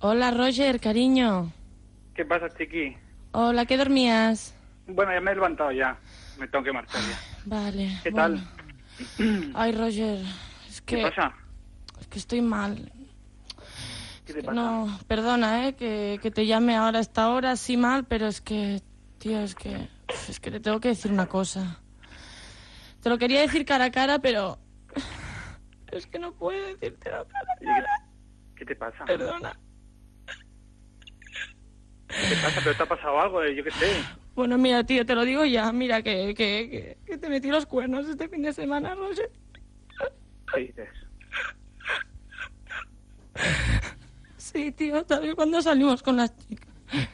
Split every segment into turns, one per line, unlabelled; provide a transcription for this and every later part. Hola, Roger, cariño.
¿Qué pasa, chiqui?
Hola, ¿qué dormías?
Bueno, ya me he levantado ya. Me tengo que marchar ya.
Vale.
¿Qué
bueno.
tal?
Ay, Roger, es que,
¿Qué pasa?
es que estoy mal.
¿Qué te pasa?
No, perdona, ¿eh? Que, que te llame ahora a esta hora así mal, pero es que, tío, es que, es que te tengo que decir una cosa. Te lo quería decir cara a cara, pero es que no puedo decírtelo cara a
Oye,
cara,
¿qué, qué te pasa? ¿Qué
perdona.
te pasa? ¿Pero te ha pasado algo? Eh, Yo qué sé.
Bueno, mira, tío, te lo digo ya, mira, que, que, que, que te metí los cuernos este fin de semana, Roger.
¿Qué dices?
Sí, tío, ¿sabes cuando salimos con las chicas?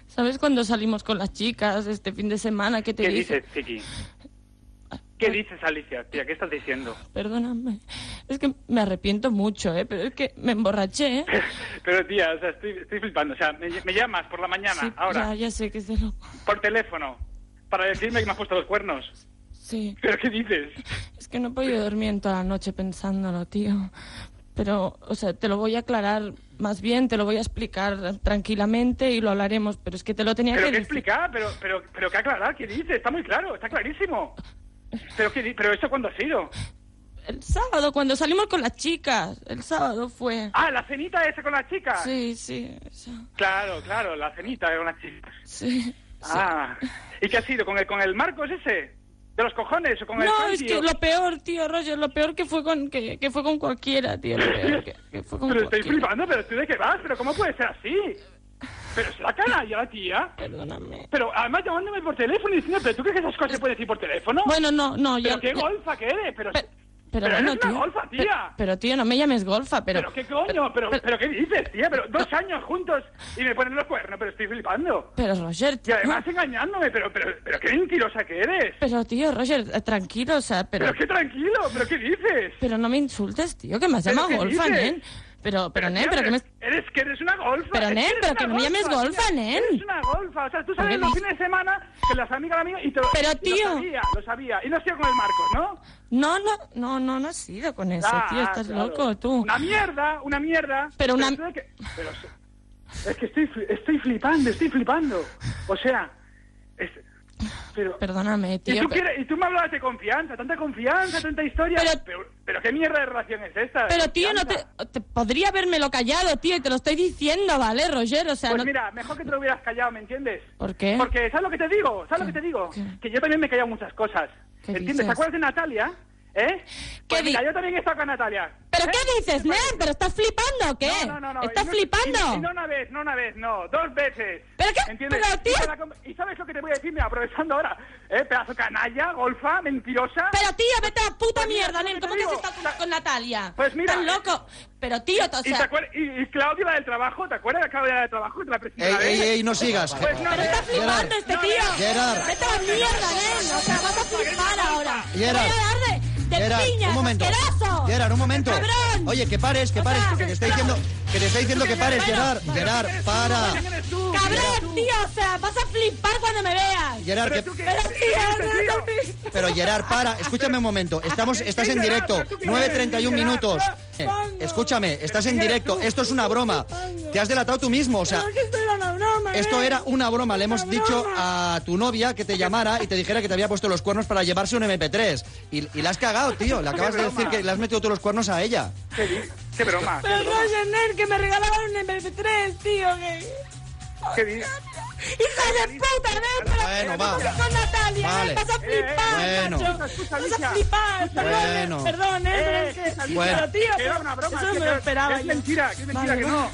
¿Sabes cuando salimos con las chicas este fin de semana? que te
¿Qué
dije?
dices, chiqui? ¿Qué dices, Alicia? Tía, ¿qué estás diciendo?
Perdóname. Es que me arrepiento mucho, ¿eh? Pero es que me emborraché, ¿eh?
Pero, tía, o sea, estoy, estoy flipando. O sea, me, me llamas por la mañana,
Sí,
ahora,
Ya, ya sé que es de loco.
por teléfono, para decirme que me has puesto los cuernos.
Sí.
¿Pero qué dices?
Es que no he podido dormir en toda la noche pensándolo, tío. Pero, o sea, te lo voy a aclarar más bien, te lo voy a explicar tranquilamente y lo hablaremos. Pero es que te lo tenía
¿Pero
que
qué
decir.
explicar? ¿Pero, pero, pero qué aclarar? ¿Qué dices? Está muy claro, está clarísimo. ¿Pero, qué, di- pero esto cuándo ha sido?
El sábado, cuando salimos con las chicas. El sábado fue.
Ah, la cenita esa con las chicas.
Sí, sí, eso,
Claro, claro, la cenita con las chicas.
sí. sí.
Ah, ¿y qué ha sido? ¿Con el, con el Marcos ese? ¿De los cojones o con el
No, es
Santi,
que
o-
lo peor, tío, Roger, lo peor que fue con que, que fue con cualquiera, tío, lo peor que, que fue con
Pero estoy
cualquiera.
flipando, pero ¿tú de qué vas? ¿Pero cómo puede ser así? Pero es la canalla la tía.
Perdóname.
Pero además llamándome por teléfono y diciendo, ¿pero tú crees que esas cosas se pueden decir por teléfono?
Bueno, no, no,
¿Pero
yo...
qué golfa que eres? Pero,
Pero,
pero
pero bueno,
eres
tío.
una golfa,
pe-
tía.
Pero, tío, no me llames golfa, pero...
¿Pero qué coño? ¿Pero,
pero-
pero qué dices, tía? Pero dos años juntos y me ponen los cuernos, pero estoy flipando.
Pero, Roger,
Y
tío,
además engañándome, pero, pero, pero qué mentirosa que eres.
pero, tío, Roger, eh, tranquilo, o sea, pero...
Pero qué tranquilo, pero qué dices.
Pero no me insultes, tío, que me has
¿Pero
llamado
qué
golfa,
dices?
nen. Pero, pero, nen,
tía,
pero que me...
Eres que eres una golfa.
Pero,
es
nen,
eres
pero
una
que no me llames golfa,
tía.
nen.
Eres una golfa. O sea, tú
¿Pero
sabes
qué
los
dices?
fines de semana que las amigas de amigos y te lo-
Pero,
y lo
tío.
sabía, lo sabía. Y no has sido con el Marcos, ¿no?
No, no, no, no, no has sido con eso,
Ah,
tío, estás
claro.
loco, tú.
Una mierda, una mierda.
Pero una-
tú de que- pero es- es que estoy, fli- estoy flipando, estoy flipando. O sea, es- pero...
Perdóname,
¿Y
tío,
tú,
pe-
quieres- y tú me hablabas de confianza, tanta confianza, tanta historia.
Pero-
pero, pero qué mierda de relación es esta. de
Pero tío, no te,
confianza?
te- podría habérmelo callado, tío, y te lo estoy diciendo, ¿vale, Roger? O sea,
Pues
no-
mira, mejor que te lo hubieras callado, ¿me entiendes?
¿Por qué?
Porque, ¿sabes lo que te digo? ¿Sabes lo que te digo?
¿Qué?
Que yo también me he callado muchas cosas.
¿Qué
¿Entiendes?
dices?
¿Te acuerdas de Natalia? ¿Eh? Pues
di-
mira, yo también he estado con Natalia.
¿Pero
¿Eh?
qué dices, Nen? ¿Pero estás flipando o qué?
No, no, no, no.
¿Estás
Y no-
flipando?
Y, y no una vez, no una vez, no. Dos veces.
¿Pero qué?
¿Entiendes?
Pero, tío.
Y cada com- Y, sabes lo que te voy a decir, mira, aprovechando ahora. ¿Eh? Pedazo canalla, golfa, mentirosa.
Pero tío, vete a la puta
Pues mira,
mierda,
¿sabes
Nen.
lo que
¿Cómo
te
que has
digo?
estado con,
La-
con Natalia?
Pues mira,
Estás loco. Pero tío, o
y, te
sea...
acuer- y, y Claudia, la del trabajo, ¿te acuerdas de Claudia, la del trabajo? La presidenta,
Ey,
¿eh?
ey, ey, no sigas.
Pues no,
Pero
no,
está
no,
flipando
Gerard.
este
no,
tío.
Gerard.
Vete a la mierda, Nen. O sea, vas a flipar ahora. Te
Gerard.
Voy a dar de, de
Gerard,
piñas,
un momento.
asqueroso.
Gerard, un momento.
Cabrón.
Oye, que pares, que
O
pares.
sea,
que te estoy diciendo, que te estoy diciendo que pares,
Bueno,
Gerard.
bueno,
Gerard,
eres tú,
para.
¿quién eres tú?
Cabrón, tío, o sea, vas a flipar cuando me veas.
Gerard,
Pero
que-
tú qué-
Pero
¿qué
tío,
dices,
no,
tío?
no, no.
pero Gerard, para. Escúchame un momento. Estamos, estás en directo. 9.31 minutos. Eh, Escúchame, estás en directo. Esto es una broma. Te has delatado tú mismo. O sea,
Pero que esto era una broma, ¿eh?
Esto era una broma. Le hemos dicho a tu novia que te llamara y te dijera que te había puesto los cuernos para llevarse un MP3. Y, y la has cagado, tío. Le acabas de decir que le has metido tú los cuernos a ella.
¿Qué, di- qué broma?
Pero
qué broma.
Roger Nel, que me regalaban un MP3, tío, que...
¿Qué di-
¡Hija de puta, Nel! Pero
Bueno, va.
¿qué pasa con Natalia?
Vale.
Nel? ¡Vas a flipar,
eh, bueno.
macho!
Escucha,
¡Vas
Alicia.
a flipar!
Escucha,
Perdón,
Alicia.
Nel, perdón, Nel,
Eh,
pero es que...
Bueno.
Pero, tío,
Que era una broma,
eso
que
me
era-
lo esperaba
es
yo.
mentira, que es mentira
Vale,
que
bueno.
no.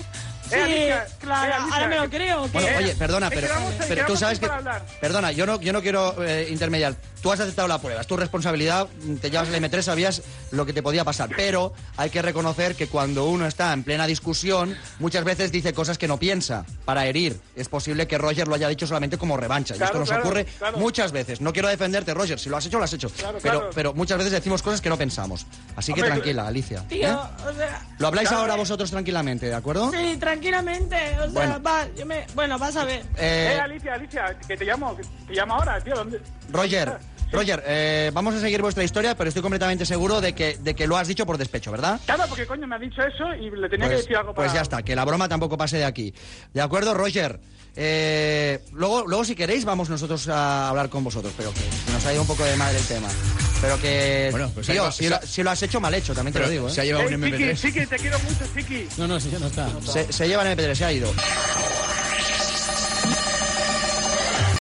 Sí,
Eh, Alicia, eh,
claro,
Alicia,
ahora me lo
que-
creo, ¿o qué?
Bueno,
Eh,
oye, perdona,
te
pero,
quedamos- te
pero tú
quedamos
sabes que...
para hablar.
Perdona, yo no, yo no quiero eh, intermediar. Tú has aceptado la prueba, es tu responsabilidad, te llevas el M3, sabías lo que te podía pasar. Pero hay que reconocer que cuando uno está en plena discusión, muchas veces dice cosas que no piensa para herir. Es posible que Roger lo haya dicho solamente como revancha. y
Claro,
esto nos
claro,
ocurre
claro.
muchas veces. No quiero defenderte, Roger, si lo has hecho, lo has hecho.
Claro,
pero,
claro.
pero muchas veces decimos cosas que no pensamos. Así que
Hombre,
tranquila, Alicia.
Tío,
¿eh?
o sea...
Lo habláis ahora vosotros tranquilamente, ¿de acuerdo?
Sí, tranquilamente, o sea,
Bueno.
va, yo me... Bueno, vas a ver.
Eh,
Eh, Alicia, Alicia, que te llamo, que te llamo ahora, tío. ¿dónde?
Roger, Roger, eh, vamos a seguir vuestra historia, pero estoy completamente seguro de que, de que lo has dicho por despecho, ¿verdad?
Claro, porque coño me ha dicho eso y le tenía que
Pues,
decir algo para...
pues ya está, que la broma tampoco pase de aquí. ¿De acuerdo, Roger? Eh, luego, luego, si queréis, vamos nosotros a hablar con vosotros, pero que se nos ha ido un poco de madre el tema. Pero que,
Bueno, pues
tío,
ahí va,
si,
o sea-
lo, si lo has hecho, mal hecho, también te
Pero
lo digo. ¿eh?
se ha llevado
Ey,
un
Siki,
MP3.
Siki, te quiero mucho, Siki.
No, no, si ya no está.
Se, se lleva el MP3, se ha ido.